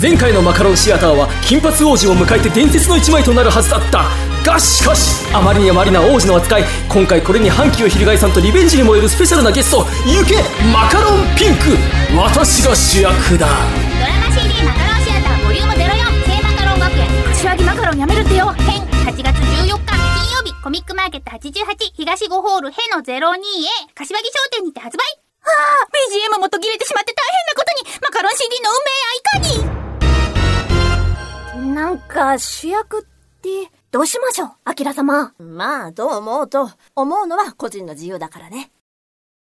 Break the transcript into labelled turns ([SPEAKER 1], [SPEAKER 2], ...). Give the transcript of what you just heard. [SPEAKER 1] 前回のマカロンシアターは金髪王子を迎えて伝説の一枚となるはずだったがしかしあまりにあまりな王子の扱い今回これに反旗を翻さんとリベンジに燃えるスペシャルなゲストゆけマカロンピンク私が主役だ
[SPEAKER 2] ドラマ CD マカロンシアターボリューム04聖マカロン学園柏木マカロンやめるってよ編8月14日金曜日コミックマーケット88東5ホールへの 02A 柏木商店にて発売ああ BGM も途切れてしまって大変なことにマカロン CD の
[SPEAKER 3] なんか主役って、どうしましょう、アキラ様。
[SPEAKER 4] まあ、どう思うと、思うのは個人の自由だからね。